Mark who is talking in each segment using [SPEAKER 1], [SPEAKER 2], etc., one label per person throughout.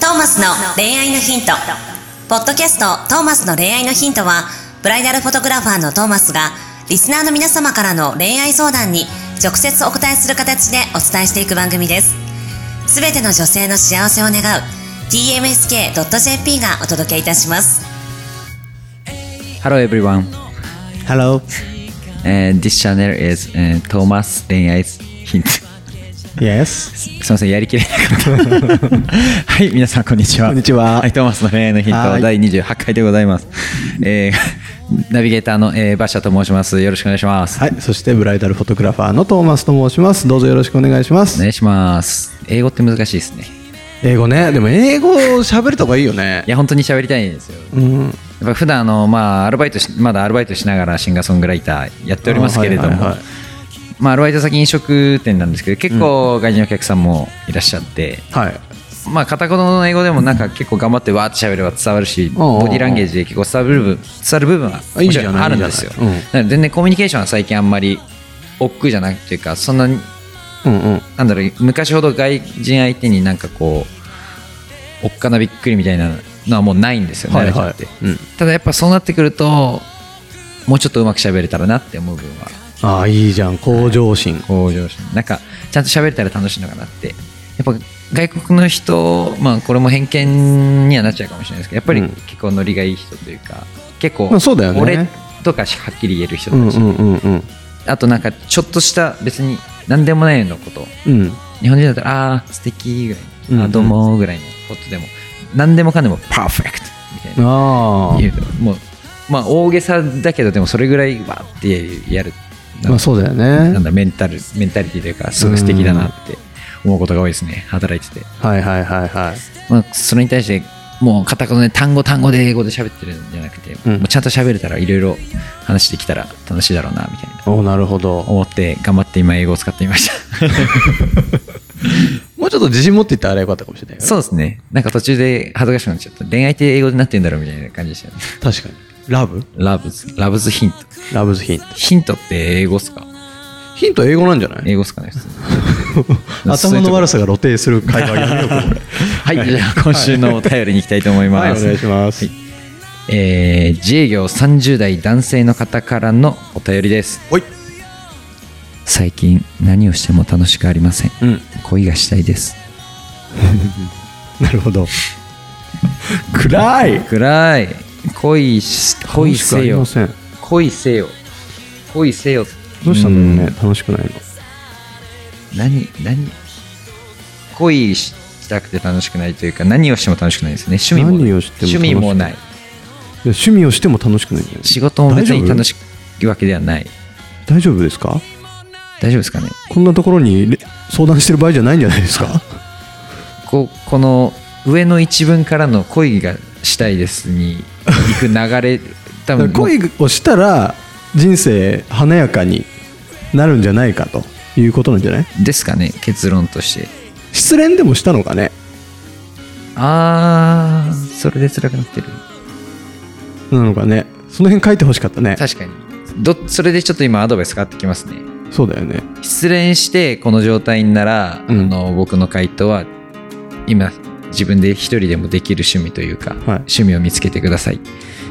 [SPEAKER 1] トーマスの恋愛のヒント。ポッドキャストトーマスの恋愛のヒントは、ブライダルフォトグラファーのトーマスが、リスナーの皆様からの恋愛相談に直接お答えする形でお伝えしていく番組です。すべての女性の幸せを願う、tmsk.jp がお届けいたします。
[SPEAKER 2] Hello everyone.
[SPEAKER 3] Hello.
[SPEAKER 2] Uh, this channel is uh, Thomas 恋愛ヒント。
[SPEAKER 3] Yes.
[SPEAKER 2] すみません、やりきれなかった。はい、皆さん、こんにちは。
[SPEAKER 3] こんにちは
[SPEAKER 2] はい、トーマスの恋愛のヒン
[SPEAKER 3] は
[SPEAKER 2] ト
[SPEAKER 3] い
[SPEAKER 2] 第28回でございます。えーナビゲーターの、えー、バッシャと申します。よろしくお願いします。
[SPEAKER 3] はい。そしてブライダルフォトグラファーのトーマスと申します。どうぞよろしくお願いしま
[SPEAKER 2] お
[SPEAKER 3] す。
[SPEAKER 2] 願いします。英語って難しいですね。
[SPEAKER 3] 英語ね。でも英語喋るとかいいよね
[SPEAKER 2] い。や、本当に喋りたいんですよ。
[SPEAKER 3] うん。
[SPEAKER 2] やっぱ普段あの、まあ、アルバイトしまだアルバイトしながらシンガーソングライターやっておりますけれども、
[SPEAKER 3] あーはいはいはい
[SPEAKER 2] まあ、アルバイト先飲食店なんですけど結構外人のお客さんもいらっしゃって、
[SPEAKER 3] はい。
[SPEAKER 2] まあ、片言の英語でもなんか結構頑張ってわーって喋れば伝わるし、
[SPEAKER 3] んうんうん
[SPEAKER 2] ボディーランゲージで結構伝わる部分伝わる部分はも
[SPEAKER 3] いい
[SPEAKER 2] ち
[SPEAKER 3] じゃ
[SPEAKER 2] ろ
[SPEAKER 3] ない
[SPEAKER 2] んあるんですよ。
[SPEAKER 3] いいじゃないう
[SPEAKER 2] だ
[SPEAKER 3] ん
[SPEAKER 2] から全然コミュニケーションは最近あんまり億劫じゃなくていうかそんなに
[SPEAKER 3] うんうん。
[SPEAKER 2] なんだろう昔ほど外人相手になんかこうおっかなびっくりみたいなのはもうないんですよね、
[SPEAKER 3] はい
[SPEAKER 2] ラ
[SPEAKER 3] は
[SPEAKER 2] ジオって
[SPEAKER 3] い。うん。
[SPEAKER 2] ただやっぱそうなってくるともうちょっとうまく喋れたらなって思う部分は
[SPEAKER 3] ああ、いいじゃん。向上心。
[SPEAKER 2] 向上心なんかちゃんと喋れたら楽しいのかなってやっぱ外国の人まあこれも偏見にはなっちゃうかもしれないですけどやっぱり
[SPEAKER 3] うん
[SPEAKER 2] 結構ノリがいい人というか結構
[SPEAKER 3] まあそうだよね
[SPEAKER 2] 俺とかしはっきり言える人
[SPEAKER 3] うん
[SPEAKER 2] た
[SPEAKER 3] う
[SPEAKER 2] ち、
[SPEAKER 3] んうんうん。
[SPEAKER 2] あとなんかちょっとした別に何でもないようなこと
[SPEAKER 3] うん。
[SPEAKER 2] 日本人だったら「あー素敵ぐらい
[SPEAKER 3] うん
[SPEAKER 2] の「あどうも」ぐらいのことでも何でもかんでも「パーフェクト」みたいな
[SPEAKER 3] ああ。
[SPEAKER 2] 言うともうまあ大げさだけどでもそれぐらいわーってやるなん
[SPEAKER 3] ま
[SPEAKER 2] か
[SPEAKER 3] あそうだよ
[SPEAKER 2] なん
[SPEAKER 3] ね。
[SPEAKER 2] だメンタルメンタリティというかすごい素敵だなって思うことが多いですね働いてて、
[SPEAKER 3] はいはいはいはい。
[SPEAKER 2] まあ、それに対してもう片言で単語単語で英語で喋ってるんじゃなくて、
[SPEAKER 3] うん
[SPEAKER 2] もうちゃんと喋れたらいろいろ話できたら楽しいだろうなみたいな
[SPEAKER 3] おなるほど。
[SPEAKER 2] 思って頑張って今英語を使ってみました
[SPEAKER 3] もうちょっと自信持っていったらあれよかったかもしれないよ ね
[SPEAKER 2] そうですねなんか途中で恥ずかしくなっちゃった恋愛って英語でなってんだろうみたいな感じでしたよね
[SPEAKER 3] 確かに。ラブ
[SPEAKER 2] ラブズラブズヒント
[SPEAKER 3] ラブズヒント。
[SPEAKER 2] ヒントって英語っすか
[SPEAKER 3] ヒント英語なんじゃない
[SPEAKER 2] 英語っすかね普通に
[SPEAKER 3] 頭の悪さが露呈する会話や めようこれ
[SPEAKER 2] はいじゃあ今週のお便りに行きたいと思い
[SPEAKER 3] はい、
[SPEAKER 2] ま
[SPEAKER 3] お
[SPEAKER 2] す、
[SPEAKER 3] 願いします。
[SPEAKER 2] えー自営業30代男性の方からのお便りです
[SPEAKER 3] はい。
[SPEAKER 2] 最近何をしても楽しくありません
[SPEAKER 3] うん。
[SPEAKER 2] 恋がしたいです
[SPEAKER 3] なるほど。 暗い。
[SPEAKER 2] 暗い恋し恋せよ
[SPEAKER 3] 楽しくありません
[SPEAKER 2] 恋せよ恋せよ
[SPEAKER 3] どうしたんだろうね
[SPEAKER 2] ん。
[SPEAKER 3] 楽しくないの。
[SPEAKER 2] 何何恋したくて楽しくないというか何をしても楽しくないですね趣味も
[SPEAKER 3] 何をしても楽しくない
[SPEAKER 2] 趣味もない
[SPEAKER 3] 趣味をしても楽しくないんだよね。
[SPEAKER 2] 仕事も別に楽
[SPEAKER 3] し
[SPEAKER 2] しいわけではない
[SPEAKER 3] 大丈夫ですか
[SPEAKER 2] 大丈夫ですかね
[SPEAKER 3] こんなところにれ相談してる場合じゃないんじゃないですか
[SPEAKER 2] ここの上の一文からの恋がしたいですに行く流れ多分もう
[SPEAKER 3] 恋をしたら人生華やかになるんじゃないかということなんじゃない
[SPEAKER 2] ですかね結論として
[SPEAKER 3] 失恋でもしたのかね
[SPEAKER 2] あーそれで辛くなってる
[SPEAKER 3] なのかねその辺書いてほしかったね
[SPEAKER 2] 確かにどそれでちょっと今アドバイス変わってきますね
[SPEAKER 3] そうだよね
[SPEAKER 2] 失恋してこの状態なら、
[SPEAKER 3] うん
[SPEAKER 2] あの僕の回答は今自分で一人でもできる趣味というか、趣味を見つけてください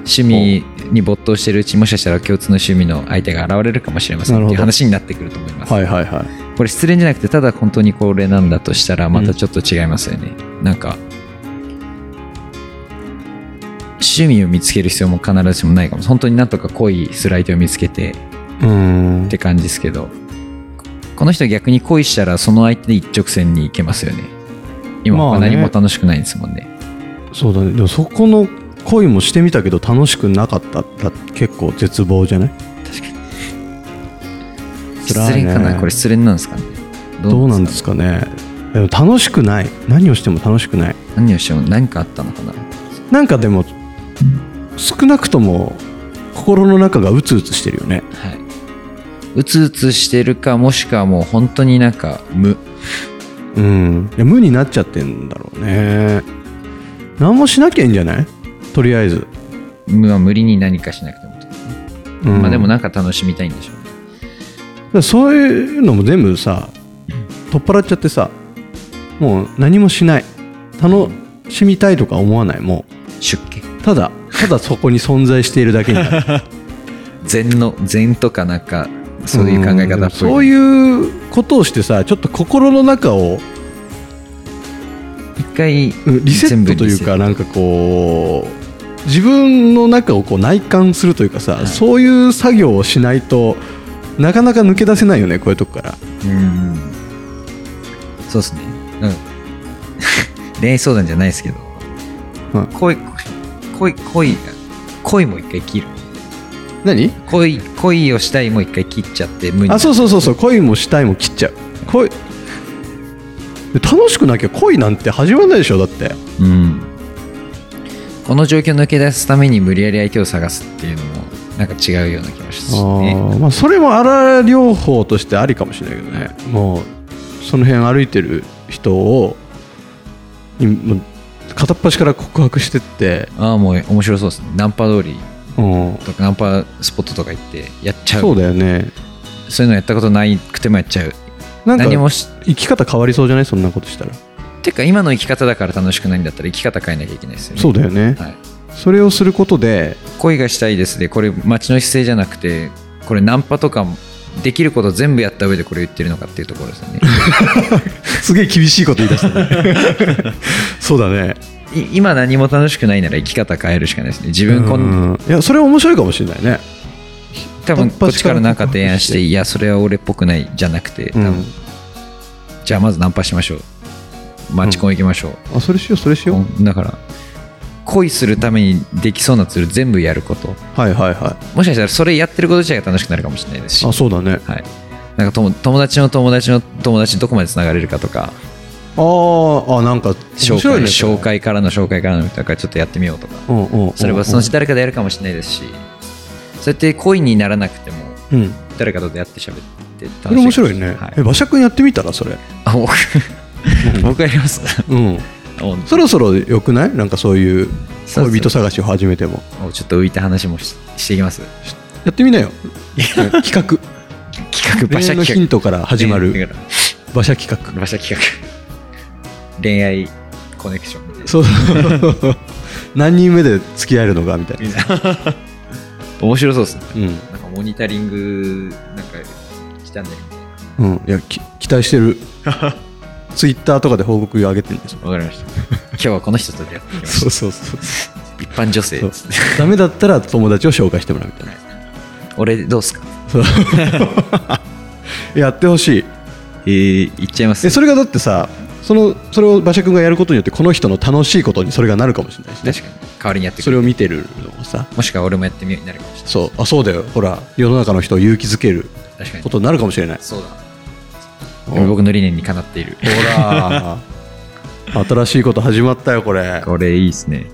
[SPEAKER 2] 趣味に没頭してるうちもしかしたら共通の趣味の相手が現れるかもしれませ
[SPEAKER 3] なんる
[SPEAKER 2] っ
[SPEAKER 3] ほ
[SPEAKER 2] ていう
[SPEAKER 3] ど
[SPEAKER 2] 話になってくると思います、
[SPEAKER 3] はいはいはい
[SPEAKER 2] これ失恋じゃなくてただ本当にこれなんだとしたらまたちょっと違いますよね、なんか趣味を見つける必要も必ずしもないかも本当になんとか濃いスライドを見つけて
[SPEAKER 3] うーん
[SPEAKER 2] って感じですけどこの人逆に恋したらその相手で一直線に行けますよね今
[SPEAKER 3] ま
[SPEAKER 2] は
[SPEAKER 3] あね
[SPEAKER 2] 何も楽しくないんですもんね,、
[SPEAKER 3] そうだねでもそこの恋もしてみたけど楽しくなかったら結構絶望じゃない
[SPEAKER 2] 失
[SPEAKER 3] 辛い
[SPEAKER 2] 恋
[SPEAKER 3] ね
[SPEAKER 2] かなこれ失恋なんですかね
[SPEAKER 3] どうなんですかねでも楽しくない何をしても楽しくない
[SPEAKER 2] 何をしても何かあったのかな
[SPEAKER 3] なんかでも少なくとも心の中がうつうつしてるよね
[SPEAKER 2] はいうつうつしてるかもしくはもう本当になんか無
[SPEAKER 3] うんいや無になっちゃってんだろうね何もしなきゃいいんじゃないとりあえず、
[SPEAKER 2] まあ、無理に何かしなくてもと、
[SPEAKER 3] うん
[SPEAKER 2] まあでもなんか楽しみたいんでしょうね
[SPEAKER 3] だからそういうのも全部さ取っ払っちゃってさもう何もしないたの趣味たいとか思わないも
[SPEAKER 2] 出家
[SPEAKER 3] うただただそこに存在しているだけになる
[SPEAKER 2] 禅の禅とかなんか そういう考え
[SPEAKER 3] うん
[SPEAKER 2] 方っぽい
[SPEAKER 3] そういうことをしてさちょっと心の中を
[SPEAKER 2] 一回
[SPEAKER 3] うんリセッ
[SPEAKER 2] 全部
[SPEAKER 3] トというかなんかこう自分の中をこう内観するというかさ、
[SPEAKER 2] はい
[SPEAKER 3] そういう作業をしないとなかなか抜け出せないよねこういうとこから
[SPEAKER 2] うんそうですねうん 恋愛相談じゃないですけど、
[SPEAKER 3] うん
[SPEAKER 2] 恋恋恋恋も一回切る
[SPEAKER 3] 何
[SPEAKER 2] 恋恋をしたいも一回切っちゃって無理
[SPEAKER 3] あそううそうそうそう恋もしたいも切っちゃう恋で楽しくなきゃ恋なんて始まらないでしょだって
[SPEAKER 2] うんこの状況を抜け出すために無理やり相手を探すっていうのもなんか違うような気がしますね
[SPEAKER 3] あーまあ、それもあら両方としてありかもしれないけどねもうその辺歩いてる人をにもう片っ端から告白してって、
[SPEAKER 2] ああもう面白そうですねナンパ通り
[SPEAKER 3] うん、
[SPEAKER 2] とかナンパスポットとか行ってやっちゃう
[SPEAKER 3] そうだよね
[SPEAKER 2] そういうのやったことないくてもやっちゃう
[SPEAKER 3] なんか
[SPEAKER 2] 何もし
[SPEAKER 3] 生き方変わりそうじゃないそんなことしたら、
[SPEAKER 2] てか今の生き方だから楽しくないんだったら生き方変えなきゃいけないですよね
[SPEAKER 3] そうだよね、
[SPEAKER 2] はい、
[SPEAKER 3] それをすることで
[SPEAKER 2] 恋がしたいですでこれ街の姿勢じゃなくてこれナンパとかもできること全部やった上でこれ言ってるのかっていうところですよね
[SPEAKER 3] すげえ厳しいこと言い出したねそうだね
[SPEAKER 2] い今何も楽しくないなら生き方変えるしかないですね自分こん
[SPEAKER 3] うんいやそれ面白いかもしれないね
[SPEAKER 2] 多分こっちからなんか提案していやそれは俺っぽくないじゃなくて多分、
[SPEAKER 3] うん
[SPEAKER 2] じゃあまずナンパしましょう街コン行きましょう、
[SPEAKER 3] あそれしようそれしよう、
[SPEAKER 2] こんだから恋するためにできそうなツール全部やること
[SPEAKER 3] はいはいはい
[SPEAKER 2] もしかしたらそれやってること自体が楽しくなるかもしれないですし
[SPEAKER 3] あそうだね
[SPEAKER 2] はい、なんかとも友達の友達の友達どこまでつながれるかとか
[SPEAKER 3] あーあなんか
[SPEAKER 2] 紹
[SPEAKER 3] 面白
[SPEAKER 2] 介
[SPEAKER 3] いね
[SPEAKER 2] 紹介からの紹介からのとかちょっとやってみようとか
[SPEAKER 3] うんうんうん
[SPEAKER 2] それはそのうち誰かでやるかもしれないですしそうやって恋にならなくても
[SPEAKER 3] うん
[SPEAKER 2] 誰かと出会って喋って楽しい
[SPEAKER 3] それ面白いね、
[SPEAKER 2] はい
[SPEAKER 3] え馬車君やってみたら それ、
[SPEAKER 2] あ僕 僕やります
[SPEAKER 3] うん、
[SPEAKER 2] お
[SPEAKER 3] そろそろよくないなんかそういう
[SPEAKER 2] そうそう
[SPEAKER 3] 恋人探しを始めても
[SPEAKER 2] おちょっと浮いた話もししていきます
[SPEAKER 3] やってみなよ企画
[SPEAKER 2] 企画馬
[SPEAKER 3] 恋
[SPEAKER 2] 車
[SPEAKER 3] 愛のヒ
[SPEAKER 2] 企
[SPEAKER 3] ントから
[SPEAKER 2] 画
[SPEAKER 3] 始ま
[SPEAKER 2] 恋愛だ
[SPEAKER 3] る
[SPEAKER 2] か
[SPEAKER 3] 馬車企
[SPEAKER 2] ら馬車企画恋愛コネクションみたい
[SPEAKER 3] 画
[SPEAKER 2] な
[SPEAKER 3] そう 何人目で付き合えるのかみたいな、
[SPEAKER 2] 面白そうですね
[SPEAKER 3] うん
[SPEAKER 2] なんかモニタリングなんか来たんだよみたいな
[SPEAKER 3] うん、いやき期待して るツイッターとかで報告上げてるんですよ
[SPEAKER 2] わかりました。今日はこの人と出会ってきまし
[SPEAKER 3] そうそうそう
[SPEAKER 2] た。一般女性
[SPEAKER 3] そう
[SPEAKER 2] です。
[SPEAKER 3] ダメだったら友達を紹介してもらうみたいな
[SPEAKER 2] 俺どうすか
[SPEAKER 3] やってほしい
[SPEAKER 2] えー、言っちゃいま
[SPEAKER 3] え
[SPEAKER 2] す。
[SPEAKER 3] それがだってさそのそれを馬車君がやることによってこの人の楽しいことにそれがなるかもしれないしね
[SPEAKER 2] 確かに。代わりにやってく
[SPEAKER 3] そ
[SPEAKER 2] れ
[SPEAKER 3] れ
[SPEAKER 2] る。
[SPEAKER 3] を見てるのもさ
[SPEAKER 2] もしくは俺もやってみようになるかもしれ
[SPEAKER 3] そうあそうだよほら世の中の人を勇気づける
[SPEAKER 2] ない。確
[SPEAKER 3] こ
[SPEAKER 2] か
[SPEAKER 3] とになるかもしれない
[SPEAKER 2] に。そうだ。
[SPEAKER 3] お
[SPEAKER 2] でも僕の理念にかなっている。
[SPEAKER 3] ほら 新しいこと始まったよこれ
[SPEAKER 2] これいいですね。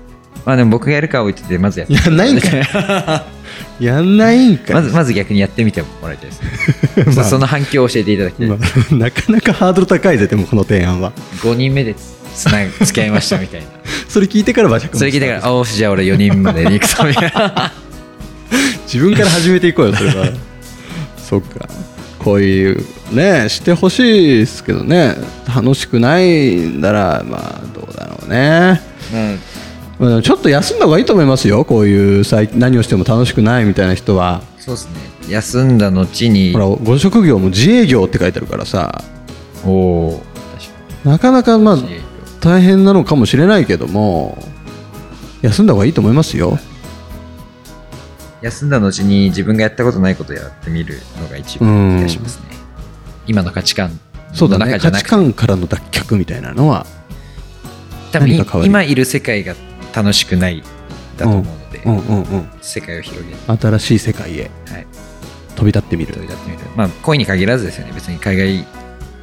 [SPEAKER 2] まあでも僕がやるかは置いてて、まずやって
[SPEAKER 3] やんないんかい やんないんかい
[SPEAKER 2] まずまず逆にやってみてもらいたいですね。 そその反響を教えていただきたい。
[SPEAKER 3] まあなかなかハードル高いぜでもこの提案は
[SPEAKER 2] 5人目でつな 付き合いましたみ たいな。
[SPEAKER 3] それ聞いてから馬車君も
[SPEAKER 2] それ聞いたから、あ、おし、じゃあ俺4人までに行くとみた いな。
[SPEAKER 3] 自分から始めていこうよそれは そっかこういうねしてほしいですけどね楽しくないんならまあどうだろうね
[SPEAKER 2] うん
[SPEAKER 3] まあでもちょっと休んだ方がいいと思いますよこういう最何をしても楽しくないみたいな人は
[SPEAKER 2] そうですね。休んだ後に
[SPEAKER 3] ほ、らご職業も自営業って書いてあるからさ
[SPEAKER 2] おお、確か
[SPEAKER 3] なかなかまあ
[SPEAKER 2] に自営業。
[SPEAKER 3] 大変なのかもしれないけども休んだ方がいいと思いますよ
[SPEAKER 2] 休んだ後に自分がやったことないことをやってみるのが一番いい気がしますね。今の価値観
[SPEAKER 3] そうだ
[SPEAKER 2] の
[SPEAKER 3] ね
[SPEAKER 2] 中じゃ
[SPEAKER 3] 価
[SPEAKER 2] な
[SPEAKER 3] 値
[SPEAKER 2] くて、
[SPEAKER 3] 観からの脱却みたいなのは
[SPEAKER 2] 多分い
[SPEAKER 3] 何か変わる
[SPEAKER 2] 今いる世界が楽しくないだと思うので、
[SPEAKER 3] うんうんうん
[SPEAKER 2] 世界を広げて、
[SPEAKER 3] 新しい世界へ
[SPEAKER 2] はい、
[SPEAKER 3] 飛び立ってみる
[SPEAKER 2] 飛び立ってみる。まあ、恋に限らずですよね。別に海外、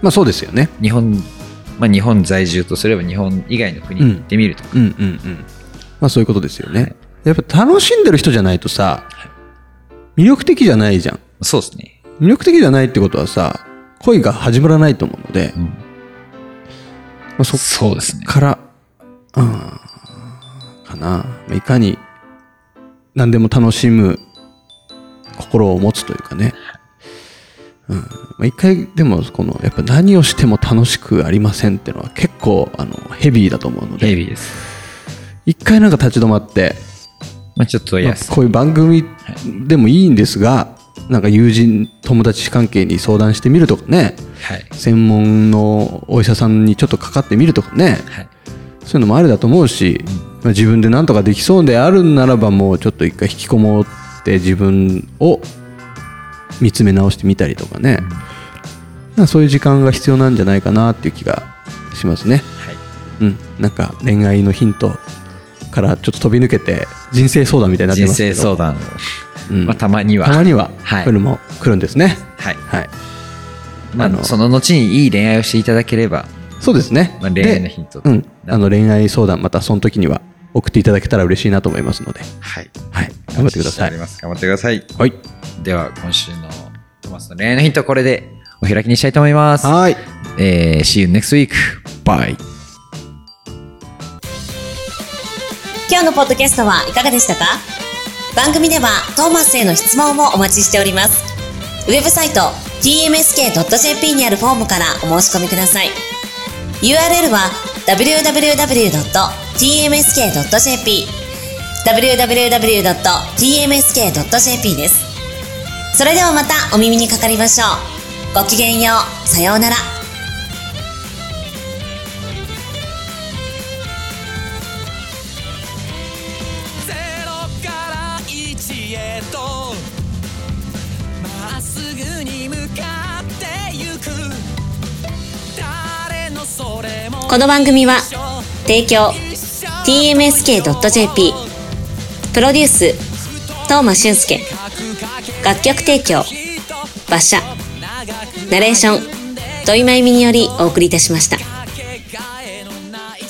[SPEAKER 3] まあそうですよね
[SPEAKER 2] 日本、まあ、日本在住とすれば日本以外の国に行ってみるとか、
[SPEAKER 3] うんうんうんまあそういうことですよね、やっぱ楽しんでる人じゃないとさ、魅力的じゃないじゃん
[SPEAKER 2] そうですね。
[SPEAKER 3] 魅力的じゃないってことはさ恋が始まらないと思うので、
[SPEAKER 2] うん
[SPEAKER 3] まあ、そっ
[SPEAKER 2] そうですね。
[SPEAKER 3] からうんかなまあいかに何でも楽しむ心を持つというかね、うんまあ、一回でもこのやっぱ何をしても楽しくありませんってのは結構あのヘビーだと思うので
[SPEAKER 2] ヘビーです。
[SPEAKER 3] 一回なんか立ち止まって、
[SPEAKER 2] まあ、ちょっと
[SPEAKER 3] まあ
[SPEAKER 2] 安、
[SPEAKER 3] こういう番組でもいいんですが、なんか友人友達関係に相談してみるとかね
[SPEAKER 2] はい
[SPEAKER 3] 専門のお医者さんにちょっとかかってみるとかね
[SPEAKER 2] はい
[SPEAKER 3] そういうのもありだと思うし、まあ、自分で何とかできそうであるんならばもうちょっと一回引きこもって自分を見つめ直してみたりとかね、まあそういう時間が必要なんじゃないかなっていう気がしますね。
[SPEAKER 2] はい
[SPEAKER 3] うん、なんか恋愛のヒントからちょっと飛び抜けて人生相談みたいになって
[SPEAKER 2] 人
[SPEAKER 3] ますけ
[SPEAKER 2] 生
[SPEAKER 3] ど
[SPEAKER 2] 相談、
[SPEAKER 3] うん
[SPEAKER 2] まあ、たまには
[SPEAKER 3] たまには
[SPEAKER 2] はい
[SPEAKER 3] 来るも来るんですね
[SPEAKER 2] はい
[SPEAKER 3] はい
[SPEAKER 2] まあ
[SPEAKER 3] あの
[SPEAKER 2] その後にいい恋愛をしていただければ
[SPEAKER 3] そうですね、
[SPEAKER 2] まあ恋愛のヒント
[SPEAKER 3] でうん、あの恋愛相談またその時には送っていただけたら嬉しいなと思いますので
[SPEAKER 2] はい
[SPEAKER 3] はい頑張ってく
[SPEAKER 2] お待
[SPEAKER 3] ださい
[SPEAKER 2] ちしております頑張ってください
[SPEAKER 3] はい
[SPEAKER 2] では今週のトマスの恋愛のヒントはこれでお開きにしたいと思います
[SPEAKER 3] はい
[SPEAKER 2] えー See you next week
[SPEAKER 3] バイ
[SPEAKER 1] 今日のポッドキャストはいかがでしたか番組ではトーマスへの質問もお待ちしております。ウェブサイト tmsk.jp にあるフォームからお申し込みください。URL は www.tmsk.jp www.tmsk.jp です。それではまたお耳にかかりましょう。ごきげんよう。さようなら。
[SPEAKER 4] ゼロから一へとまっすぐに向かってゆく誰のそれも
[SPEAKER 1] この番組は提供 TMSK.jp プロデュース東間俊介楽曲提供馬車ナレーション土井真由美によりお送りいたしました
[SPEAKER 4] かけがえのない